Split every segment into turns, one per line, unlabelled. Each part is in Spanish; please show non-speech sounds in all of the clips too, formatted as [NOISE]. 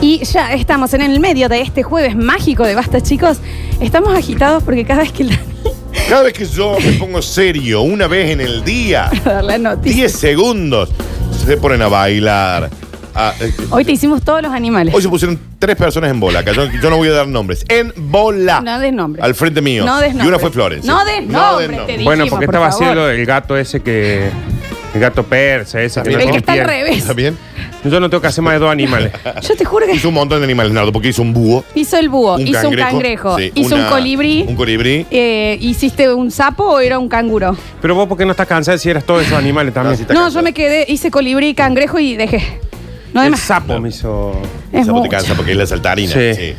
Y ya estamos en el medio de este jueves mágico de Basta, chicos. Estamos agitados porque cada vez que el Dani [LAUGHS]
Cada vez que yo me pongo serio una vez en el día,
va a dar la noticia.
10 segundos, se ponen a bailar. a- eh,
Hoy te hicimos todos los animales.
hoy se pusieron tres personas en bola, acá. yo, yo no voy a dar nombres. En bola.
No des nombre.
Al frente mío.
No des
Y una
nombre.
fue Florencia.
No des nombre, te digo.
Bueno,
Dijimos,
porque
por
estaba
favor.
haciendo el gato ese que. El gato persa, ese que
El
no
el que está al
contiene.
revés.
¿Está bien?
Yo no tengo que hacer más de dos
[LAUGHS]
animales.
Yo te juro que
Hizo un montón de animales, Nardo, porque hizo un búho,
hizo el búho,
un
hizo un
cangrejo,
cangrejo,
sí,
hizo
una-
un colibrí.
un colibrí.
Eh, ¿Hiciste un sapo o era un canguro?
Pero vos, ¿por qué no estás cansado si eras todos esos animales
No,
también?
sí está
No,
cansado.
yo me quedé, hice colibrí, cangrejo y dejé. No
el
demás.
sapo me hizo.
Es
Esa
mucho.
te cansa porque es la saltarina.
Sí.
sí.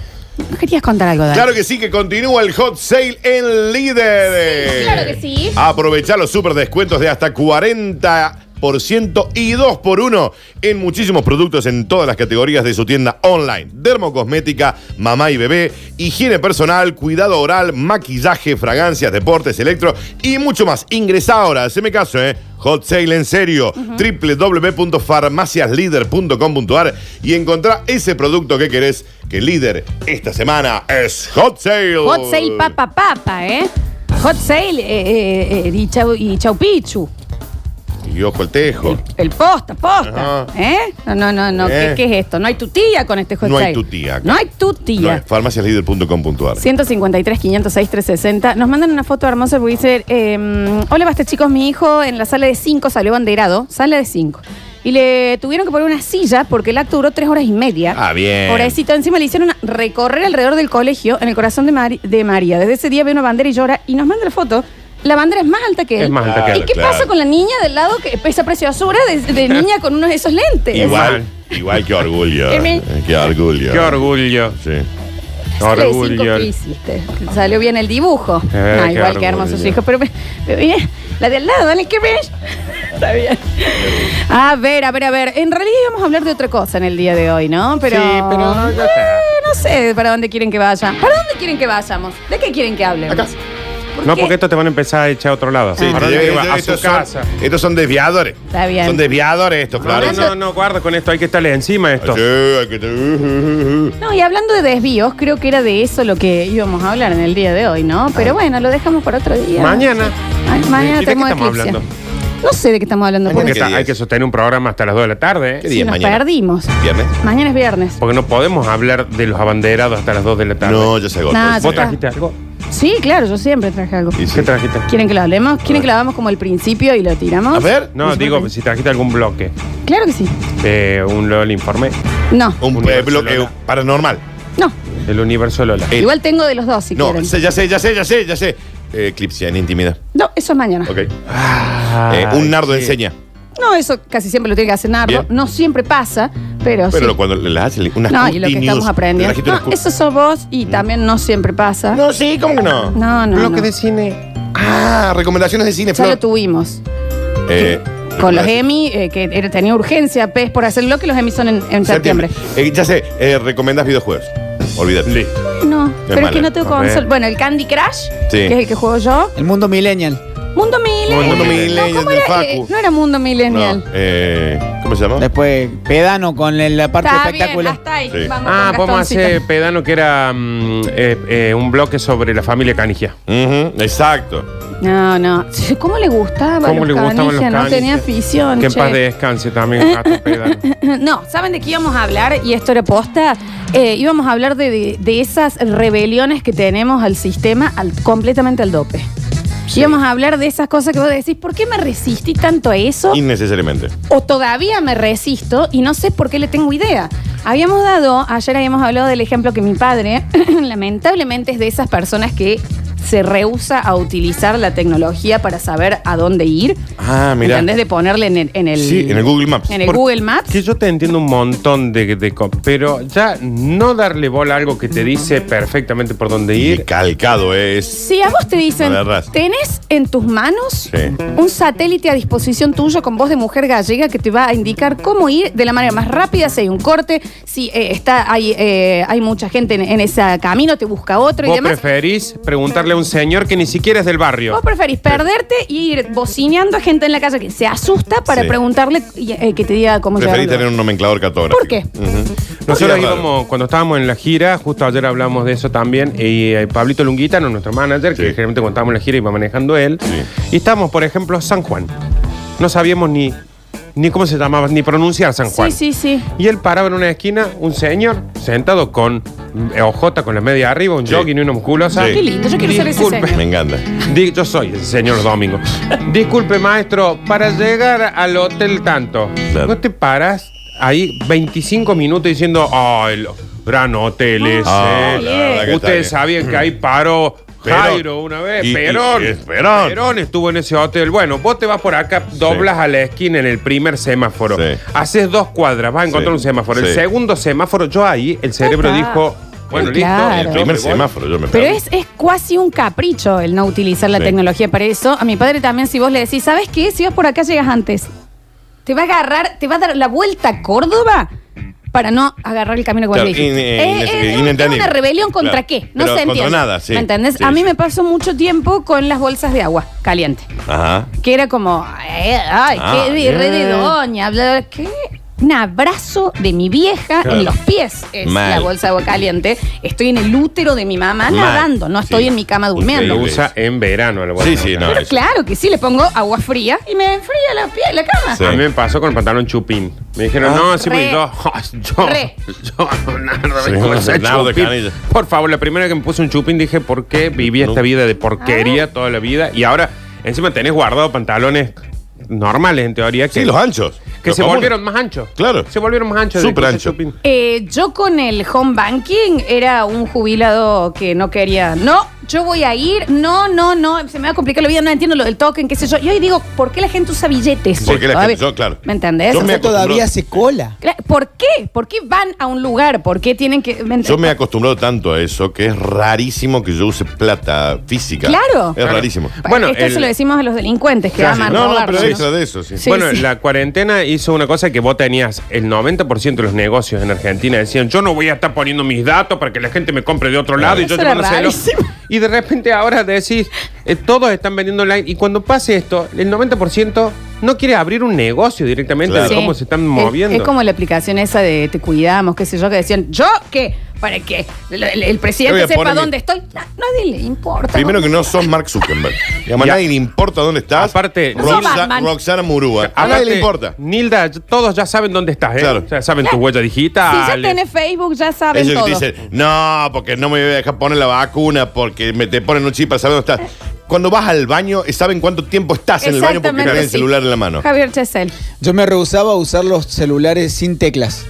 ¿No querías contar algo, Dani?
Claro que sí, que continúa el hot sale en líderes.
Sí, claro que sí.
Aprovecha los super descuentos de hasta 40% y 2 por 1 en muchísimos productos en todas las categorías de su tienda online. Dermocosmética, mamá y bebé, higiene personal, cuidado oral, maquillaje, fragancias, deportes, electro y mucho más. Ingresa ahora, haceme caso, ¿eh? Hot Sale en serio, www.farmaciaslider.com.ar y encontrá ese producto que querés que líder esta semana es Hot Sale.
Hot sale papa papa, ¿eh? Hot sale eh, eh, eh, y, chau, y chau pichu.
Y ojo el tejo.
El posta, posta.
Ajá.
¿Eh? No, no, no, no.
Eh.
¿Qué, qué es esto? No hay tutía con este hot
No hay
sale.
tutía acá.
No hay
No,
tutía.
es farmaciaslider.com.ar.
153, 506, 360. Nos mandan una foto hermosa porque dice, eh, hola basta chicos, mi hijo en la sala de 5 salió banderado, sala de 5. Y le tuvieron que poner una silla porque el acto duró tres horas y media.
Ah, bien.
Pobrecito, encima le hicieron recorrer alrededor del colegio en el corazón de, Mari- de María. Desde ese día ve una bandera y llora y nos manda la foto. La bandera es más alta que él.
Es más alta que
¿Y
él,
qué
claro.
pasa con la niña del lado que esa preciosura de,
[LAUGHS]
de niña con unos de esos lentes?
Igual, igual
[LAUGHS]
que orgullo.
Emi.
qué orgullo.
Qué orgullo.
Sí.
Sale Este de cinco
Orgullo.
que hiciste. Que Salió bien el dibujo.
Eh,
Ah,
qué
igual que hermoso
orgullo.
su hijo. Pero, me- me viene la de al lado, dale, ¿qué ves? [LAUGHS] Está bien. A ver, a ver, a ver. En realidad íbamos a hablar de otra cosa en el día de hoy, ¿no? Pero,
Sí, pero no, ya está.
Eh, no sé para dónde quieren que vaya. ¿Para dónde quieren que vayamos? ¿De qué quieren que hablemos?
Acá.
¿Por
No,
qué?
porque esto te van a empezar a echar a otro lado.
Sí,
Ahora
te lleva-
lleva a su
estos, son,
casa.
estos son desviadores.
Está bien.
Son desviadores estos,
No,
Florencia.
no, no, guarda con esto, hay que estarle encima de esto.
Sí, hay que te-
No, y hablando de desvíos, creo que era de eso lo que íbamos a hablar en el día de hoy, ¿no? Pero bueno, lo dejamos para otro día.
Mañana.
Ay, mañana
¿Y de qué
tenemos
estamos
eclipse.
hablando?
No sé de qué estamos hablando.
Mañana
Porque
porque
¿Qué
está-
día
hay
es?
que sostener un programa hasta las 2 de la tarde.
¿Qué día
¿eh?
Si
es
nos
mañana?
perdimos.
¿Viernes?
Mañana es viernes.
Porque no podemos hablar de los abanderados hasta las 2 de la tarde.
No, ya se agotó.
Nada,
Sí.
ya
¿Vos
está.
trajiste algo?
Sí, claro, yo siempre traje algo.
Y sí.
¿Qué trajiste?
¿Quieren que lo hablemos? ¿Quieren que lo hagamos como al principio y lo tiramos?
A ver,
No, digo, si trajiste algún bloque.
Claro que sí.
Eh, un LOL informe.
No,
un
Universo
pueblo que-
Lola.
paranormal.
no.
El universo Lola.
Eh,
Igual tengo de los dos si
No,
quieren.
sé, ya sé, ya sé, ya sé, ya sé. Eh, Eclipse en intimidad.
No, eso es mañana.
Ok. Eh,
Ah,
un nardo enseña.
No, eso casi siempre lo tiene que hacer Nardo.
Bien.
No siempre pasa, pero,
Pero
Oh, sí.
lo- cuando las hace, unas
no, y lo
curti
que
news,
estamos
le
aprendiendo.
trajiste unas
No,
cur-
eso sos vos y
Mm.
también no siempre pasa.
No, sí, ¿cómo que no?
¿Ah? no, no.
bloque
no.
de cine.
Ah, recomendaciones de cine,
Ya
Flor.
lo tuvimos.
Eh,
Con los
recomendaciones-
Emmy, eh, que era- tenía urgencia, PES, por hacer lo que los Emmy son en, en septiembre.
Eh, ya sé, eh, recomendás videojuegos. Olvídate.
Listo.
No, pero
mala.
es que no tengo
A ver.
consola. Bueno, el Candy Crush,
Sí.
que es el que juego yo.
El mundo millennial.
Mundo Millennial.
Mundo
Millennial
No, ¿cómo
de
era?
Facu.
Eh, no era Mundo Millennial.
No, eh, ¿Cómo se
¿Ah?
llama?
Después, pedano con el- la parte
Está bien,
espectacular.
hasta ahí.
Sí.
Vamos
Ah,
con
podemos
Gastoncito.
hacer Pedano, que era mm, eh, eh, un bloque sobre la familia Canigia.
Ujú, exacto.
No, no. ¿Cómo le gustaba?
¿Cómo
los
le gustaban los
canillas? No
canillas?
tenía afición.
Que en
che.
paz descanse
[LAUGHS]
también, Gato Pedano.
No, ¿saben de qué íbamos a hablar? Y esto era posta. Eh, íbamos a hablar de, de- de esas rebeliones que tenemos al sistema al- completamente al dope. Íbamos a hablar de esas cosas que vos decís, ¿por qué me resistí tanto a eso?
Innecesariamente.
o todavía me resisto y no sé por qué le tengo idea. Habíamos dado, ayer habíamos hablado del ejemplo que mi padre, [CLEARS THROAT] lamentablemente, es de esas personas que se rehúsa a utilizar la tecnología para saber a dónde ir.
Ah, mirá.
¿Entendés? De ponerle en el, en el,
Sí, en el Google Maps.
en el
Por-
Google Maps.
Que yo te entiendo un montón de, de co- Pero ya no darle bola a algo que te dice perfectamente por dónde
Y
ir.
calcado eh, es.
Si a vos te dicen,
No agarrás.
tenés en tus manos
Sí.
un satélite a disposición tuyo con voz de mujer gallega que te va a indicar cómo ir de la manera más rápida, si hay un corte, si eh, está, hay, eh, hay mucha gente en, en ese camino, te busca otro y
Vos
demás.
preferís preguntarle darle a un señor que ni siquiera es del barrio.
Vos preferís perderte y ir bocineando a gente en la calle que se asusta para
Sí.
preguntarle y, eh, que te diga cómo llegar.
Preferís
al
tener
lugar.
un nomenclador católico.
¿Por qué?
Nosotros
Sí, es raro.
íbamos, cuando estábamos en la gira, justo ayer hablamos de eso también, y eh, Pablito Lunguitano, nuestro manager,
Sí.
que generalmente cuando estábamos en la gira iba manejando él,
Sí.
y estábamos, por ejemplo, San Juan. No sabíamos ni, ni cómo se llamaba, ni pronunciar San Juan.
Sí, sí, sí.
Y él paraba en una esquina, un señor sentado con mm, ojota con la media arriba, un
Sí.
jogging y una musculosa.
Sí.
Qué lindo, yo quiero ser ese
Disculpe.
señor.
Me encanta.
Di- yo soy el señor Domingo. Disculpe, maestro, para llegar al hotel tanto,
Claro.
¿no te paras ahí 25 minutos diciendo, ay, el gran hotel ese?
Ah, la verdad que
Ustedes
está
sabían que ahí paró
Perón.
Jairo una vez,
Y- y-
Perón.
y es Perón.
estuvo en ese hotel. Bueno, vos te vas por acá, doblas a la esquina en el primer semáforo.
Sí.
Haces dos cuadras, vas a encontrar
Sí.
un semáforo.
Sí.
El segundo semáforo, yo ahí, el cerebro
está.
dijo, bueno,
Muy
listo.
claro.
El
Pero-
primer
Me voy.
semáforo, yo me
Pero
perdí.
es, es casi un capricho el no utilizar la
Sí.
tecnología para eso. A mi padre también, si vos le decís, ¿sabes qué? Si vas por acá, llegas antes. Te va a agarrar, te va a dar la vuelta a Córdoba para no agarrar el camino que vos
Claro,
le dijiste.
in-
Eh,
in-
eh,
inentendible.
es una rebelión contra
Claro.
qué? No
Pero
se
contra
entiende.
nada, sí.
¿Me entendés?
Sí,
a mí
sí.
me pasó mucho tiempo con las bolsas de agua caliente.
Ajá.
Que era como, eh, ay,
Ah,
qué de- re
bien.
de doña, bla, bla, ¿qué? Un abrazo de mi vieja
Claro.
en los pies es
Mal.
la bolsa de agua caliente. Estoy en el útero de mi mamá
Mal.
nadando, no estoy
Sí.
en mi cama
Lo
durmiendo.
Increíble.
usa en verano el
Sí, sí, no.
Pero
es-
claro que sí, le pongo agua fría y me enfría la piel, la cama.
Sí.
A mí me pasó con el pantalón chupín. Me dijeron, no, sí,
Re.
pues yo, [LAUGHS] yo,
Re.
yo, Nardo,
Sí,
me puse
[LAUGHS] un nabo de
chupín.
canilla.
Por favor, la primera que me puse un chupín dije, ¿por qué viví esta
No.
vida de
Ah.
porquería toda la vida? Y ahora, encima tenés guardado pantalones normales, en teoría, que,
Sí, los anchos.
que
Los
se
comunes.
volvieron más anchos.
Claro.
Se volvieron más anchos. de
Súper
puse
ancho.
chupín.
Eh, yo con el home banking era un jubilado que no quería, no, yo voy a ir, no, no, no, se me va a complicar la vida, no entiendo lo del token, qué sé yo. Y hoy digo, ¿por qué la gente usa billetes?
¿Por qué la
Todavía-
gente- yo, claro.
¿Me entendés?
Yo
O
me
sea,
acostumbró-
Todavía se cola.
Claro, ¿Por qué? ¿Por qué van a un lugar? ¿Por qué tienen que.? ¿me
Yo me he
entendés?
acostumbrado tanto a eso que es rarísimo que yo use plata física.
Claro.
Es
Claro.
rarísimo.
Bueno,
Esto
el-
se lo decimos a los delincuentes que
Claro,
aman
No, no,
robar,
pero
¿no?
extra de eso, sí.
Sí.
bueno, la cuarentena hizo una cosa que vos tenías, el 90% de los negocios en Argentina decían, yo no voy a estar poniendo mis datos para que la gente me compre de otro lado y
Eso
yo
era
llevándoselo.
rarísimo.
Y de repente ahora decís, eh, todos están vendiendo online y cuando pase esto, el 90% no quiere abrir un negocio directamente
Claro.
de cómo
Sí.
se están
Es-
moviendo.
Es, como la aplicación esa de te cuidamos, qué sé yo, que decían, ¿yo qué? ¿Para qué? El, el- el
Yo voy
presidente
a
sepa
poner mi-
dónde estoy. No, nadie le importa.
Primero que no sos Mark Zuckerberg. Digamos,
Ya.
a nadie le importa dónde estás.
Aparte-
Roxa-
Sos Batman.
Roxana Murúa. A nadie
Aparte,
le importa.
Nilda, todos ya saben dónde estás, ¿eh?
Claro.
O sea, saben tu huella digital.
Si ya tenés Facebook, ya saben
Ellos
todo.
que te dicen, no, porque no me voy a dejar poner la vacuna, porque me te ponen un chip para saber dónde estás. Cuando vas al baño, eh, saben cuánto tiempo estás en el baño porque tenés el
sí.
celular en la mano.
Javier Chesel.
Yo me rehusaba a usar los celulares sin teclas.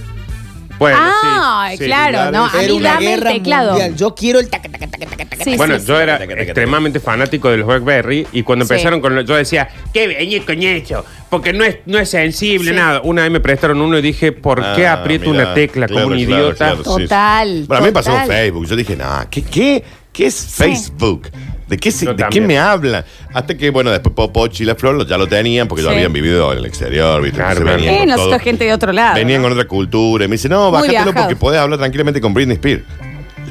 Bueno,
ah,
sí, sí.
claro, no. A
Era
mí
una
dame el
guerra
teclado.
mundial. Yo quiero el taca, taca, taca, taca, taca.
Sí,
bueno,
sí,
yo
sí.
era
Taca, taca, taca.
extremadamente fanático de los BlackBerry y cuando
Sí.
empezaron con lo- yo decía, qué bello con eso, porque no es, no es sensible,
Sí.
nada. Una vez me prestaron uno y dije, ¿por qué
Ah,
aprieto
mirá,
una tecla
claro,
como un
claro,
idiota?
claro, sí, sí.
Total,
Bueno, a mí me pasó con
total.
Facebook. Yo dije, no, ¿qué, qué, qué es Facebook? ¿De qué, se-
Yo
de qué
también.
me habla? Hasta que, bueno, después Popochi y la Flor lo- ya lo tenían porque ya
Sí.
habían vivido en el exterior, ¿viste?
Claro,
Entonces
claro.
venían
Eh,
con todo.
nosotros gente de otro lado.
Venían con otra cultura. Y me dice, no,
Muy
bájatelo
viajado.
porque podés hablar tranquilamente con Britney Spears.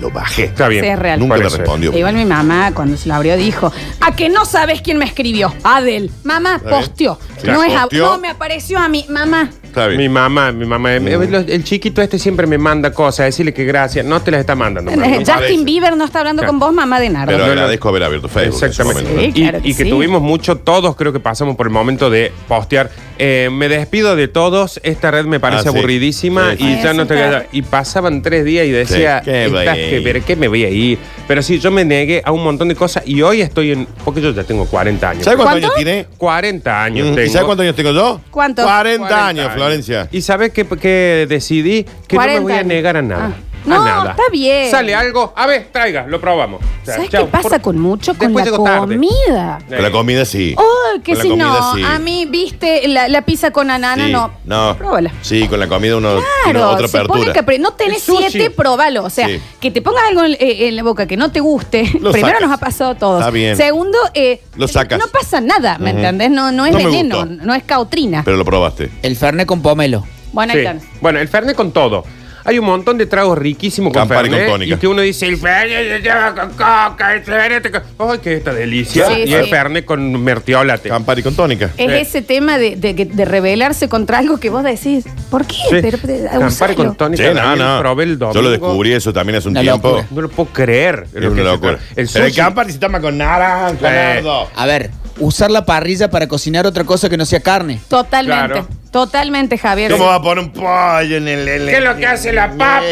Lo bajé.
Está bien.
Sí, es real.
Nunca
Puede
le
ser.
respondió.
Igual mi mamá, cuando se lo abrió, dijo: A que no sabes quién me escribió. Adel. Mamá,
bien.
posteó.
Sí.
No, es a-
Posteó.
no me apareció a mí. Mamá.
Está bien. Mm.
Mi mamá, mi mamá, eh, los- el chiquito este siempre me manda cosas, decirle que gracias, no te las
[LAUGHS]
está mandando. mamá.
Eh, Justin
parece.
Bieber no está hablando
Claro.
con vos, mamá de Nardo.
Pero
no.
agradezco haber abierto Facebook. en su
Exactamente.
momento, ¿no?
Sí,
Y-
claro que
y, que
sí.
tuvimos mucho, todos creo que pasamos por el momento de postear. eh, me despido de todos, esta red me parece
Ah, sí.
aburridísima
Sí,
y
sí.
ya
Ay,
no
sí,
te voy a-
claro.
Y pasaban tres días y decía,
Sí, qué
"Estás
bien".
que ver, ¿qué me voy a ir? Pero sí, yo me negué a un montón de cosas y hoy estoy en. Porque yo ya tengo 40 años.
¿Sabes cuántos
¿Cuánto?
años tiene?
40 años
Mm,
tengo.
¿Y sabes cuántos años tengo yo?
¿Cuántos?
40,
40
años, Florencia.
¿Y sabes qué, qué decidí? Que no me
40
voy a
años.
negar a nada.
Ah.
A
No,
nada.
está bien.
Sale algo, a ver, traiga, lo probamos. O sea,
¿Sabes
chau,
qué pasa
por-
con mucho? Con
Después
la
llego tarde.
comida.
Pero la comida sí.
Ay, Oh, que
Con la
si
comida
no,
sí.
a mí, viste, la, la pizza con anana,
Sí,
no.
No.
Próbala.
Sí, con la comida uno, uno-
Claro,
otra
se pone
apertura.
capri- no tenés
El sushi.
siete, probalo. O sea,
Sí.
que te pongas algo en, eh, en la boca que no te guste. [LAUGHS]
Lo
Primero
sacas.
nos ha pasado a todos.
Está bien.
Segundo, eh,
Lo sacas.
no pasa nada, ¿me entendés? No, no es
No me
veneno,
gustó.
no es cautrina.
Pero lo probaste.
El Fernet con pomelo.
bueno, ahí
Sí.
están.
Bueno, el Fernet con todo. Hay un montón de tragos riquísimos con
Campari con
Fernet,
tónica.
Y que uno dice, el Fernet se lleva con coca, el Fernet con... ¡Ay, qué esta delicia!
Sí,
y
sí.
el Fernet con mertiolate.
Campari con tónica.
Es
Sí.
ese tema de, de, que- de rebelarse contra algo que vos decís, ¿por qué?
Sí.
Pero, pero,
Campari
usalo.
con tónica.
Sí, no,
Daniel,
no.
probé el
Yo lo
domingo.
descubrí eso también hace un
Una
tiempo.
locura.
No lo puedo creer.
Es
lo que
una
se
locura.
tra-
El,
El sushi.
Campari se toma con naranja,
Eh.
Nardo.
A ver, usar la parrilla para cocinar otra cosa que no sea carne.
Totalmente,
Claro.
totalmente, Javier.
¿Cómo va a poner un pollo en el... en el-
¿Qué es lo que hace la
[LAUGHS]
papa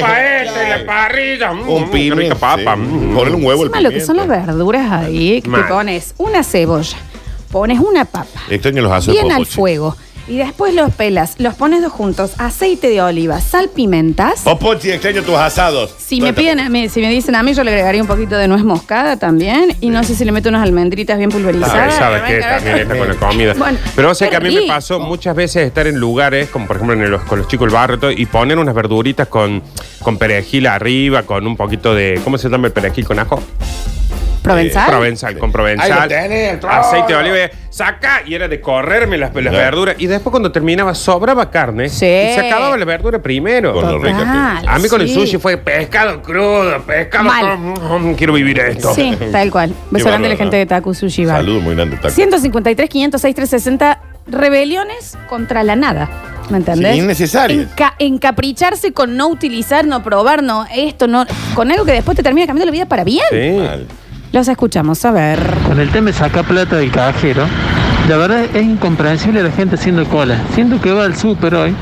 esta y la parrilla? Mm,
Un
qué
pimiento.
rica papa.
sí.
Mm.
Poner un huevo el
Encima lo que son las
pimiento.
verduras ahí, que te
Mal.
pones una cebolla, pones una papa,
Extraño los asos de
bien al
popochi.
fuego, y después los pelas, los pones dos juntos, aceite de oliva, sal, pimentas.
Oh,
Popochi, extraño tus asados.
Si me piden a mí, si me dicen a mí, yo le agregaría un poquito de nuez moscada también, y no sé si le meto unas almendritas bien
Ah,
pulverizadas.
sabe que también está con la comida.
Bueno,
Pero sé
qué
que a mí me
rico.
pasó muchas veces estar en lugares, como por ejemplo en los, con los chicos del barrio, todo, y poner unas verduritas con, con perejil arriba, con un poquito de. ¿Cómo se llama el perejil con ajo?
¿Provenzal?
Provenzal, con
Ahí lo
provenzal.
tenés, el trono.
aceite de oliva. Saca, y era de correrme las, las
No.
verduras. Y después cuando terminaba, sobraba carne.
Sí.
Y se acababa la verdura primero.
Con lo rica que
Total,
A mí con el
sí.
sushi fue pescado crudo, pescado
Mal.
crudo. Mm, mm, Quiero vivir esto.
Sí, tal cual.
Qué
Beso grande a la
bárbaro.
gente de Taku Sushi Bar.
Saludos muy grande, Taco.
153, 506, 360 rebeliones contra la nada. ¿Me entendés?
Sí, innecesarias.
Enca- encapricharse con no utilizar, no probar, no esto, no. Con algo que después te termina cambiando la vida para bien.
Sí.
Mal.
Los escuchamos, a ver.
Con el tema de sacar plata del cajero, la verdad es incomprensible la gente haciendo cola. Siento que va al súper hoy,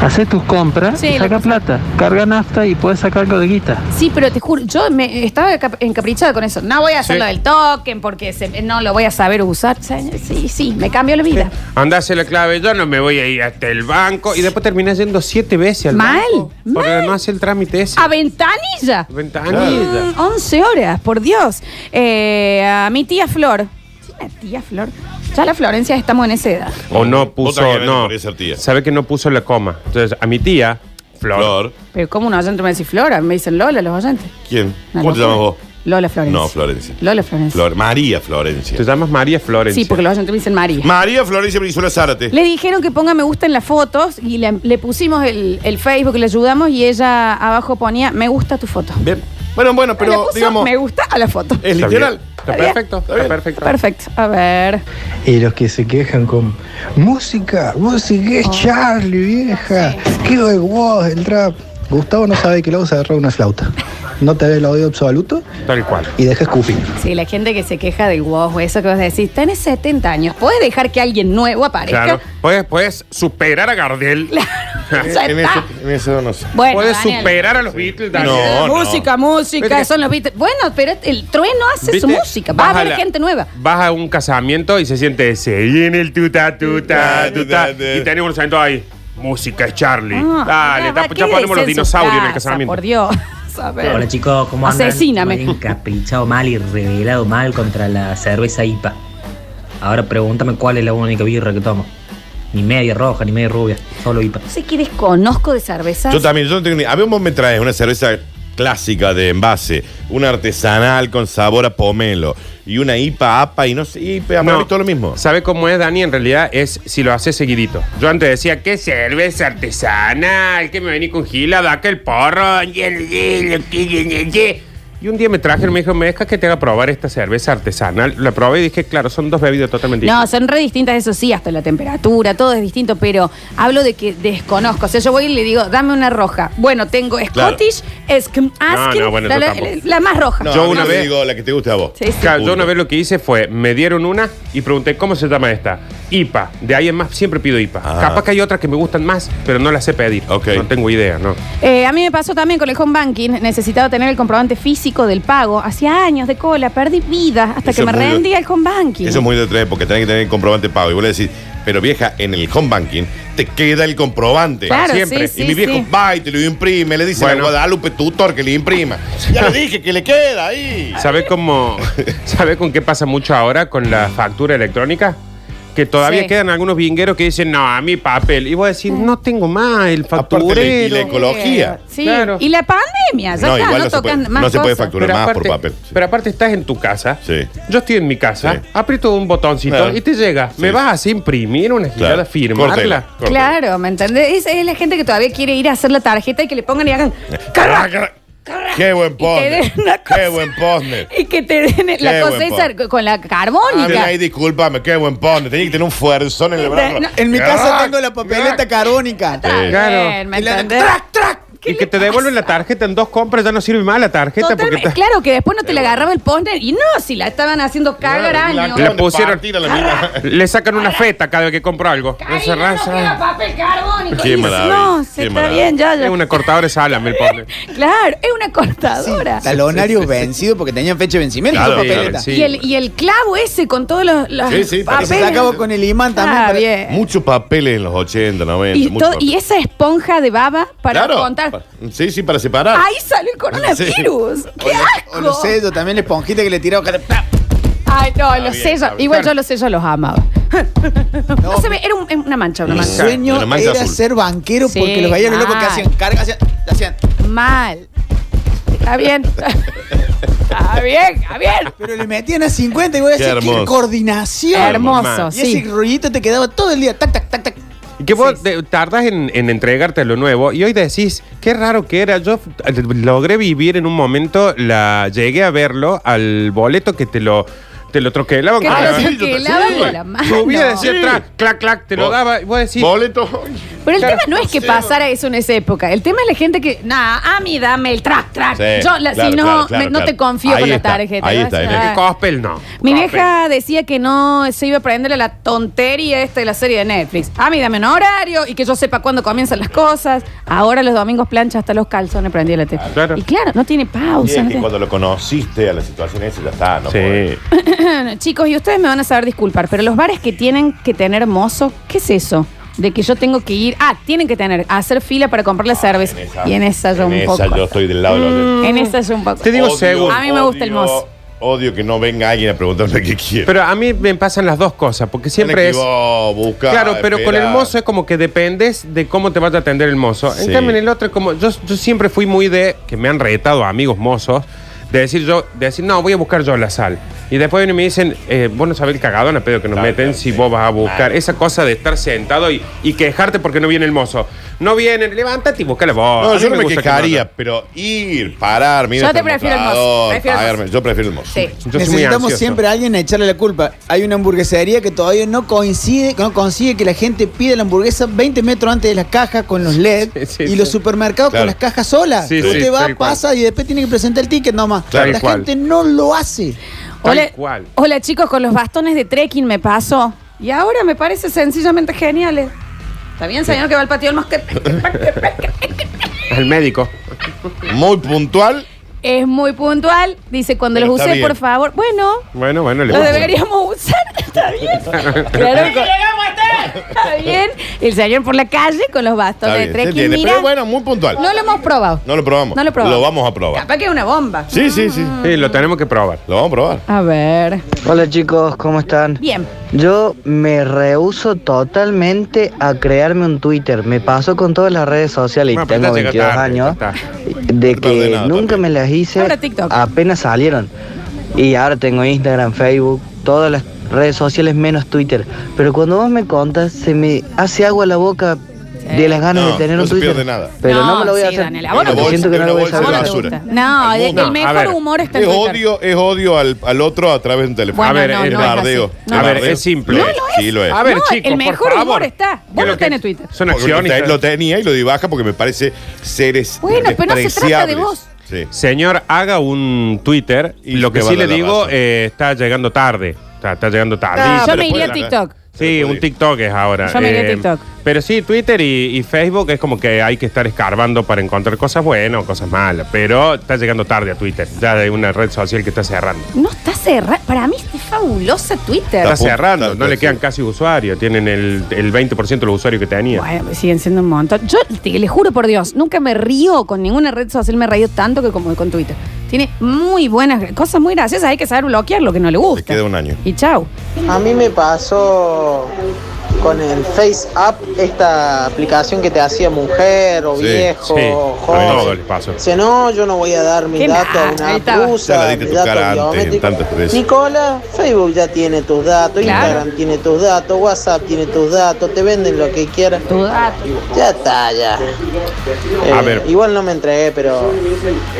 hace tus compras
Sí,
y
la
saca
cosa-
plata. Carga nafta y puedes sacar algo de guita.
Sí, pero te juro, yo me estaba encap- encaprichada con eso. No voy a hacerlo
Sí.
del token porque se- no lo voy a saber usar. O sea, Sí, sí, me cambió la vida.
Andase la clave, yo no me voy a ir hasta el banco. Y después terminás yendo siete veces al
Mal,
banco. Porque
mal.
no hace el trámite ese.
A ventanilla.
Ventanilla.
Mm, 11 horas, por Dios. Eh, a mi tía Flor. ¿Sí, la tía Flor? Ya la Florencia estamos en esa edad.
O no
Otra
puso,
que viene
no.
por esa tía.
Sabe que no puso la coma. Entonces, a mi tía, Flor.
Flor.
Pero como un oyente me dice Flor, a mí me dicen Lola los oyentes.
¿Quién?
Una
¿Cómo te
locura.
llamas vos?
Lola Florencia.
No, Florencia.
Lola Florencia.
Flor- María Florencia.
Te llamas María Florencia.
Sí, porque los oyentes me dicen María.
María Florencia Brizuela Zárate.
le dijeron que ponga me gusta en las fotos y le, le pusimos el, el Facebook, le ayudamos y ella abajo ponía me gusta tu foto.
Bien. Bueno, bueno,
Le
pero
puso,
digamos,
me gusta a la foto.
es
Está
literal.
bien.
Está
Está
bien.
perfecto,
Está
está,
bien.
perfecto.
Perfecto. A ver.
Y los que se quejan con música, música es Charlie, vieja. Qué vos el trap. Gustavo no sabe que luego se agarró una flauta. No te ve el odio absoluto
Tal cual.
y deja escupir.
Sí, la gente que se queja del wow, eso que vos decís, tenés 70 años, ¿puedes dejar que alguien nuevo aparezca? [LAUGHS]
Claro. Puedes, puedes superar a Gardel.
[LAUGHS]
Ya
En
está.
eso, en eso no sé.
Bueno,
puedes
Daniel.
superar a los Beatles, Daniel.
No, no.
música, música,
Viste
son los Beatles. Bueno, pero este, el trueno hace su
¿Viste?
música, va a
Vas
haber
la-
gente nueva.
Vas a un casamiento y se siente ese. Y en el tuta, tuta, tuta. Y tenemos un sentado ahí. Música es Charlie.
Ah,
Dale,
¿verdad?
tap- ya
¿Qué
ponemos los
dicen sus
dinosaurios en el
casas,
casamiento.
Por Dios. [LAUGHS] A ver.
Hola chicos, ¿cómo andan?
Asesíname.
Me han encaprichado mal y revelado mal contra la cerveza IPA. Ahora pregúntame cuál es la única birra que tomo. Ni media roja, ni media rubia, solo IPA.
No sé qué desconozco de cerveza.
Yo también, yo no tengo ni. A ver, vos me traes una cerveza clásica de envase, una artesanal con sabor a pomelo y una IPA, APA y no sé, IPA,
No.
todo lo mismo.
¿Sabe cómo es, Dani? En realidad es si lo haces seguidito. Yo antes decía, ¿qué cerveza artesanal? que me vení con gilada? ¿Qué el porro? Y un día me traje y me dijo, ¿me dejas que te haga probar esta cerveza artesanal? La probé y dije, claro, son dos bebidas totalmente
No,
distintas.
son re distintas, eso sí, hasta la temperatura, todo es distinto, pero hablo de que desconozco. O sea, yo voy y le digo, dame una roja. Bueno, tengo
Claro.
Scottish, Eskim, Askin,
no, bueno,
la,
yo
la-
tampoco.
la más roja.
No,
Yo
a mí
una
te
vez-
digo la que te guste a vos.
Sí, sí.
Claro,
Este Punto.
yo una vez lo que hice fue, me dieron una y pregunté, ¿cómo se llama esta? IPA. De ahí en más siempre pido IPA.
Ah.
Capaz que hay otras que me gustan más, pero no las sé pedir.
Ok.
No tengo idea, ¿no?
Eh, a mí me pasó también con el home banking. Necesitaba tener el comprobante físico del pago. Hacía años de cola, perdí vida hasta
Eso
que me
es muy-
rendía el home banking.
Eso es muy de tres, porque tenés que tener el comprobante pago. Y vos le decís, pero vieja, en el home banking te queda el comprobante.
claro,
siempre.
sí,
y
sí,
mi viejo
sí.
va y te lo imprime, le dice
Bueno.
a Guadalupe Tutor que le imprima. Ya
[LAUGHS]
le dije que le queda ahí. [LAUGHS]
¿Sabe cómo? ¿Sabe con qué pasa mucho ahora con la factura electrónica? que todavía
Sí.
quedan algunos vingueros que dicen, no, a mi papel. Y vos decís, no tengo más el
Aparte, le- y la
facturero.
ecología.
Eh, Sí.
Claro.
Y la pandemia, ya
No,
está,
igual
no,
no se
tocan
puede-
más
no se puede
cosas.
facturar. más por papel, sí.
pero aparte estás en tu casa.
Sí.
Yo estoy en mi casa,
Sí.
aprieto un botoncito
Claro.
y te llega.
Sí.
¿Me vas a imprimir una girada,
Claro.
firmarla?
Córtela.
Claro, ¿me entendés? Esa es la gente que todavía quiere ir a hacer la tarjeta y que le pongan y
[LAUGHS]
hagan
Ah,
¡Carra!
¡Qué buen
den
postre!
una cosa.
¡Qué buen postre!
[LAUGHS] Y que te den
Qué
la cosa
buen Ah,
esa
po-
con la carbónica.
Ay, discúlpame, qué buen postre. Tenía que tener un fuerzón en el brazo.
No.
En mi casa tengo la papeleta carbónica.
Está bien,
Claro.
¿me
Y la-
entendés?
Y que te devuelven la tarjeta en dos compras, ya no sirve más la tarjeta
Totalmente,
porque está-
Claro que después no te la agarraba el póster y no, si la estaban haciendo cagar años.
La pusieron-
Tira la mina.
le sacan una feta cada vez que compro algo.
Ay,
Esa
no, no,
raza.
queda papel carbónico.
Qué
Y dices,
maravilla,
No,
qué
se está
maravilla.
bien, ya, ya.
Es una cortadora de salame el pobre.
Claro, es una
Sí,
cortadora.
talonarios vencidos porque tenían fecha de vencimiento
Claro,
esa papeleta.
sí.
Y, el, y el clavo ese con todos los, los
Sí, sí, para
Y
papeles.
se sacaba con el imán también.
Ah,
para-
bien.
[LAUGHS] Muchos papeles en los 80, 90.
Y,
mucho
todo- y
papel.
esa esponja de baba para
Claro.
contar.
Sí, sí, para separar.
Ahí salió el coronavirus.
Sí.
¡Qué
O los
asco!
sellos, también la esponjita que le tiraba. cara- ¡pap!
Ay, no, los
bien,
sellos.
está bien.
Igual yo los sellos los amaba. [LAUGHS] No, se ve, era un- una mancha, una
Mi
mancha.
sueño
Una mancha
era
azul.
ser banquero
Sí,
porque los veía los locos que
mal.
hacían carga, hacían. hacían-
Mal. Está bien. Está bien, está bien.
Pero le metían a 50 y voy a
Qué
decir, qué
hermoso.
coordinación.
Hermoso,
Y ese
sí.
rollito te quedaba todo el día, tac, tac, tac, tac.
Y que vos te- tardás en, en entregarte lo nuevo y hoy decís, qué raro que era. Yo eh, logré vivir en un momento, la llegué a verlo al boleto que te lo, te lo troquelaban.
Que
con
te
Ah,
lo
la-
sí, yo
troquelaba
sí.
con la mano.
Subía decía
Sí.
atrás, clac, clac, te lo
Bo-
daba. Y vos decís,
Boleto.
Pero el
Claro.
tema no es que pasara eso en esa época. El tema es la gente que, nah, a mí dame el track, track.
Sí,
Yo, la-
claro,
si no,
claro, claro,
me- no te
claro.
confío
Ahí
con la
está,
tarjeta.
ahí
¿no?
está,
O sea,
en
el Cospel no.
Mi
Cospel.
vieja decía que no se iba a prender a la tontería esta de la serie de Netflix. A mí dame un horario y que yo sepa cuándo comienzan las cosas. Ahora los domingos plancha hasta los calzones prendí la tele.
Claro.
Y claro, no tiene
Ah, Y
pausa.
es
no
que
tiene-
cuando lo conociste a la situación esa, ya está, no podés.
Sí.
Chicos, y ustedes me van a saber disculpar, pero los bares que tienen que tener mozo, ¿qué es eso? De que yo tengo que ir, ah, tienen que tener, a hacer fila para comprar la cerveza. y en esa yo
en
un
esa
poco.
yo estoy del lado de los
En esa yo un poco.
Te digo seguro.
A mí me gusta el mozo.
Odio que no venga alguien a preguntarme qué quiere.
Pero a mí me pasan las dos cosas, porque siempre es...
busca,
Claro, pero con el
espera.
mozo es como que dependes de cómo te vas a atender el mozo. En
Sí.
cambio, en el otro es como. Yo, yo siempre fui muy de. que me han retado amigos mozos. De decir yo, de decir, no, voy a buscar yo la sal. Y después vienen y me dicen, eh, vos no sabés el cagadón a pedo que nos
Claro,
meten
claro, sí.
si vos vas a buscar.
Claro.
Esa cosa de estar sentado y, y quejarte porque no viene el mozo. No vienen, levántate y busca la voz.
No, yo no me quejaría, pero ir, parar, mira.
Yo
este
te prefiero el mozo,
mostrador,
prefiero el mozo.
pagarme. Yo prefiero el mozo.
Sí.
Necesitamos siempre a alguien a echarle la culpa. Hay una hamburguesería que todavía no coincide, no consigue que la gente pida la hamburguesa 20 metros antes de las cajas con los LED
Sí, sí,
y
sí.
los supermercados
Claro.
con las cajas solas.
Sí,
Tú
sí,
te vas,
tal cual.
pasas y después tiene que presentar el ticket nomás.
Claro.
la
Tal cual.
gente no lo hace.
Tal
Hola,
cual.
hola chicos, con los bastones de trekking me pasó. Y ahora me parece sencillamente geniales. Está bien, señor, que va al patio del mosque.
Al médico.
Muy puntual.
Es muy puntual. Dice, cuando
Pero
los
está
uses,
bien.
por favor. Bueno,
Bueno, bueno, le
Lo
gusta.
deberíamos usar, [LAUGHS] está bien. Claro, con- Está bien. El señor por la calle con los
Está
bastones de
bien, se
trekking.
entiende,
mira,
Pero bueno, muy puntual.
no lo hemos probado.
No lo probamos.
No lo probamos. Ah.
vamos a probar.
Capaz que es una bomba.
Sí, sí, sí.
Sí, lo tenemos que probar.
Lo vamos a probar.
A ver.
Hola chicos, ¿cómo están?
Bien.
Yo me rehuso totalmente a crearme un Twitter. Me pasó con todas las redes sociales y
Bueno, pero
tengo
ya llega
22
tarde,
años
ya
de
No tardé
que
nada
nunca
también.
me las hice.
Ahora TikTok.
Apenas salieron. Y ahora tengo Instagram, Facebook, todas las redes sociales menos Twitter. Pero cuando vos me contas, se me hace agua la boca de las ganas
No,
de tener
no
un
se
Twitter.
pierde nada.
Pero no,
No,
me lo voy a
sí,
hacer.
Daniel, a vos no
Porque
te-
siento que no
Una
lo voy a
bolsa
hacer.
¿A vos
de
no te
basura.
gusta? No,
Al
el,
mundo.
el
No, a ver.
mejor humor está en
Es
Twitter.
odio, es odio al, al otro a través de un teléfono.
Bueno,
A ver, no,
es
no es
bardeo.
así. No.
A ver,
bardeo.
es simple.
Lo
No,
no
Sí, lo es.
A ver,
No,
chicos,
el mejor
por
humor
favor.
está. Vos
¿Qué es
no
lo que-
tenés Twitter.
Son
Porque lo te-
accionistas.
Lo tenía y lo di baja porque me parece seres
Bueno, pero no se trata de
despreciables.
vos.
Sí.
Señor, haga un Twitter.
Y
Y lo
te
que
va a
sí
dar
le
la
digo,
razón.
eh, está llegando tarde. Está, está llegando tarde.
No,
Y-
yo
Ah, pero
me iría a
puede-
TikTok.
Sí, un TikTok es ahora. Eh,
Yo me iría a TikTok.
Pero sí, Twitter y, y Facebook es como que hay que estar escarbando para encontrar cosas buenas o cosas malas. Pero está llegando tarde a Twitter. Ya hay una red social que está cerrando.
No está cerrado. Para mí está fabulosa Twitter.
Está
Está pu-
cerrando,
está-
no le
sí.
quedan casi usuarios. Tienen el, el 20% de los usuarios que tenía.
Bueno, pues siguen siendo un montón. Yo te, le juro por Dios, nunca me río con ninguna red social, me río tanto que como con Twitter. Tiene muy buenas cosas muy graciosas. Hay que saber bloquear lo que no le gusta.
queda un año.
Y chau.
A mí me pasó con el Face App, esta aplicación que te hacía mujer o
Sí,
viejo,
sí.
o
A mí todo
joven.
le pasó.
Dice, no, yo no voy a dar mi
Qué
dato a
mal, ahí
una
estaba.
acusa,
Ya la diste
mi
tu
dato
cara antes, en
biométrico".
tantas veces.
Nicola, Facebook ya tiene tus datos,
Claro.
Instagram tiene tus datos, WhatsApp tiene tus datos, te venden lo que quieran.
Tu dato.
Ya está, ya.
A
Eh,
ver.
Igual no me entregué, pero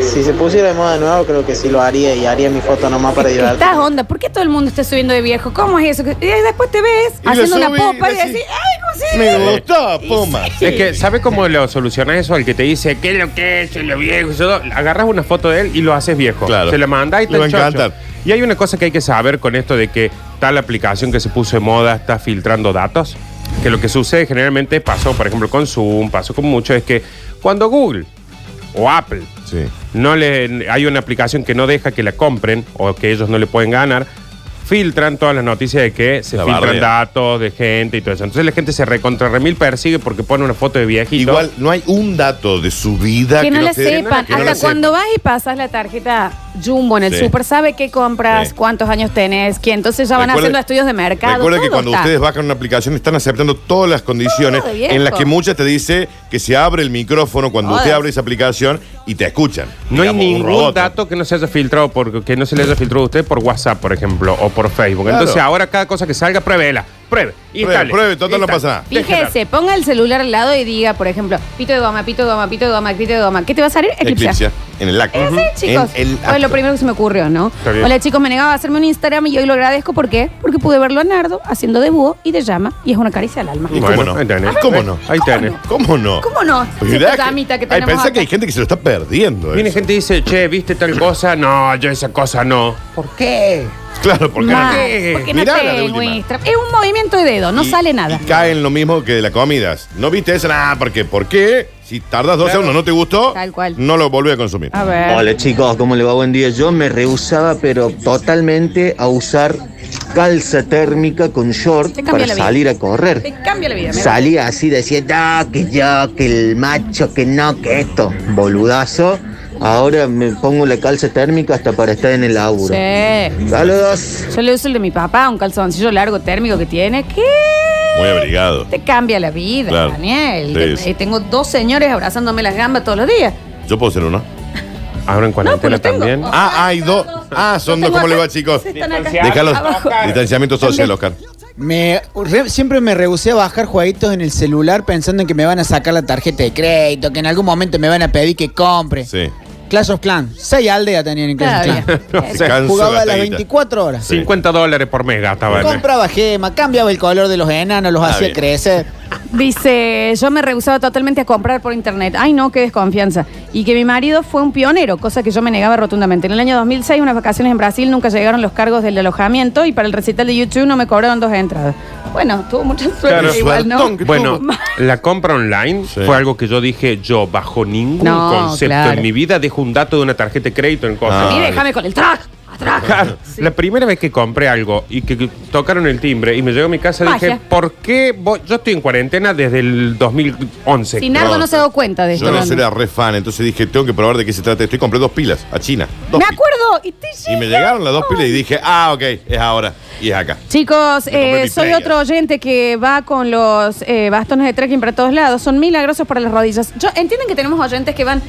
si se pusiera de moda de nuevo, creo que sí lo haría y haría mi foto nomás para divertirme.
Estás onda, ¿por qué todo el mundo está subiendo de viejo? ¿Cómo es eso? Y después te ves
Y lo
haciendo una
subí,
popa y
decís,
decís, ¡ay, cómo se ve!
Me gustó, Puma.
Es que, ¿sabe cómo lo solucionas eso? Al que te dice, ¿qué es lo que es? Soy lo viejo. y todo. Agarras una foto de él y lo haces viejo.
Claro.
Se la manda y
Le
te
va a encantar.
Y hay una cosa que hay que saber con esto de que tal aplicación que se puso de moda está filtrando datos. Que lo que sucede generalmente pasó, por ejemplo, con Zoom, pasó con mucho, es que cuando Google o Apple
Sí.
no le, hay una aplicación que no deja que la compren o que ellos no le pueden ganar, filtran todas las noticias de que se
La
filtran
barrera.
datos de gente y todo eso. Entonces la gente se recontra remil persigue porque pone una foto de viejito.
Igual no hay un dato de su vida
Que no la
se-
sepan.
que no la
Hasta
sepan.
cuando vas y pasas la tarjeta Jumbo en el
Sí.
súper, sabe qué compras,
Sí.
cuántos años tenés, que entonces ya van
Recuerden-
haciendo estudios de mercado.
Recuerda que
todo
cuando
está.
ustedes bajan una aplicación están aceptando todas las condiciones
Todo de viejo.
en las que muchas te dice que se abre el micrófono cuando
Todas.
usted abre esa aplicación y te escuchan.
No hay
Digamos, un
ningún
robot, ¿no?
dato que no se haya filtrado por, que no se le haya filtrado a usted por WhatsApp, por ejemplo, o por Facebook.
Claro.
Entonces ahora cada cosa que salga, pruébela. Pruebe. instale,
pruebe, total, no
instale.
pasa nada.
Fíjese, ponga el celular al lado y diga, por ejemplo, pito de goma, pito de goma, pito de goma, pito de goma. ¿Qué te va a salir? Eclipse.
Eclipse. En el acto.
Es así, chicos.
En el
Fue
acto.
lo primero que se me ocurrió, ¿no?
Está bien.
Hola, chicos, me negaba a hacerme un Instagram y hoy lo agradezco. ¿Por qué? Porque pude verlo a Nardo haciendo de búho y de llama y es una caricia al alma.
¿Y
Bueno,
cómo no?
ahí tenés.
¿Y cómo no?
Ahí tenés.
¿Cómo no?
¿Cómo no?
Pues
Esta
mirá que-
llamita que
Ay,
tenemos
pensá
acá.
que hay gente que se lo está perdiendo.
Viene
eso.
gente y dice, che, ¿viste tal cosa? No, yo esa cosa no. ¿Por qué?
Claro, porque
Ma,
no-
porque no
Mirá la de
tengo
última.
Instagram. Es un movimiento de dedo, no
y-
sale nada.
Y cae en lo mismo que de las comidas. No viste esa, nada, porque ¿por qué? Si tardas dos segundos, no te gustó,
Tal cual. Ah.
no lo volví a consumir.
A ver.
Hola chicos, ¿cómo le va? Buen día. Yo me rehusaba, pero totalmente, a usar calza térmica con short
Te cambia
para
la vida.
salir a correr.
Te cambia la vida, mira.
Salía así, decía, no, que yo, que el macho, que no, que esto, boludazo. Ahora me pongo la calza térmica hasta para estar en el laburo.
Sí.
Saludos.
Yo le uso el de mi papá, un calzoncillo largo térmico que tiene. ¿Qué?
Muy abrigado.
Te cambia la vida,
Claro.
Daniel.
Sí,
Te-
sí.
eh, Tengo dos señores abrazándome las gambas todos los días.
Yo puedo ser uno.
Ahora en
No, pues
cuarentena
lo tengo.
también.
Ah, hay dos. Ah, son
Lo
dos.
tengo
¿Cómo le
acá.
va, chicos?
Sí, están acá.
Déjalo.
Abajo.
Distanciamiento social, Oscar.
Me, re- siempre me rehusé a bajar jueguitos en el celular pensando en que me van a sacar la tarjeta de crédito, que en algún momento me van a pedir que compre.
Sí.
Clash of Clans, seis aldeas tenían en Clash
Claro,
of Clans.
bien.
Se cansa
Jugaba
la
a las
taguita.
24 horas.
Sí.
50 dólares por mes gastaba. en-
Compraba gema, cambiaba el color de los enanos, los
Ah,
hacía
bien.
crecer.
Dice, yo me rehusaba totalmente a comprar por internet. Ay, no, qué desconfianza. Y que mi marido fue un pionero, cosa que yo me negaba rotundamente. En el año 2006, unas vacaciones en Brasil, nunca llegaron los cargos del alojamiento y para el recital de YouTube no me cobraron dos entradas. Bueno, tuvo mucha suerte
Claro.
igual, ¿no?
Suertón
[LAUGHS]
que
Bueno,
Ma-
la compra online
Sí.
fue algo que yo dije, yo bajo ningún
No,
concepto
claro.
en mi vida dejo un dato de una tarjeta de crédito en cosas.
Ah.
Y déjame con el track. Atrás.
Claro. La primera vez que compré algo y que que tocaron el timbre y me llegó a mi casa,
Magia.
dije, ¿por qué voy- yo estoy en cuarentena desde el 2011?
Si Nardo no se ha dado cuenta de esto.
Yo no
Nardo.
era re fan, entonces dije, tengo que probar de qué se trata esto. Y compré dos pilas a China. Dos
me
pilas.
acuerdo. Y, te
Y me
llega.
llegaron las dos pilas y dije, ah, ok, es ahora. Y es acá.
Chicos,
Me compré
eh,
mi
soy
player.
otro oyente que va con los eh, bastones de trekking para todos lados. Son milagrosos para las rodillas. Yo entienden que tenemos oyentes que van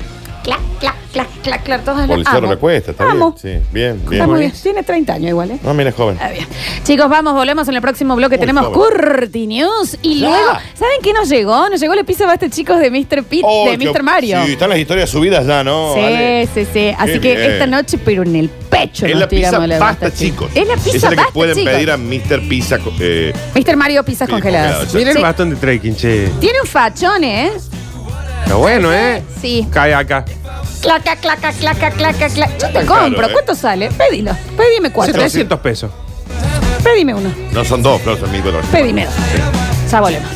clac, clac, clac, clac, clac, todos
Por el cerro la cuesta, está
Vamos.
bien. Sí, bien,
Está muy
bien.
bien. Tiene 30 años igual, ¿eh?
No, mira, joven.
Está bien. Chicos, vamos, volvemos en el próximo bloque.
Muy
Tenemos
joven.
Curti News. Y
Ya.
luego, ¿saben qué nos llegó? Nos llegó el piso basta, chicos, de Mr. Pete,
Oh,
de
qué-
Mr. Mario.
Sí, están las historias subidas ya, ¿no?
Sí,
Ale?
sí, sí. Así
Qué
que
bien.
esta noche, pero en el pecho
Es
nos
la pizza
tiramos la
pasta,
basta,
chicos.
Es la
Esa
pizza
es la que
pasta,
pueden pedir a
chicos.
Mr. Pizza. co- eh,
Mr. Mario, pizzas
Sí,
congeladas.
congeladas,
Mira el
Sí.
bastón de trekking, che.
Tiene un fachón, ¿eh?
Está bueno, ¿eh?
Sí.
Cae acá.
Claca, claca, claca, claca, claca. Yo te
tan
compro.
caro, ¿eh?
¿Cuánto sale? Pedilo. Pedime cuatro.
700 pesos.
Pedime uno.
no son dos, pero son 1400.
Pedime dos. Ya volvemos.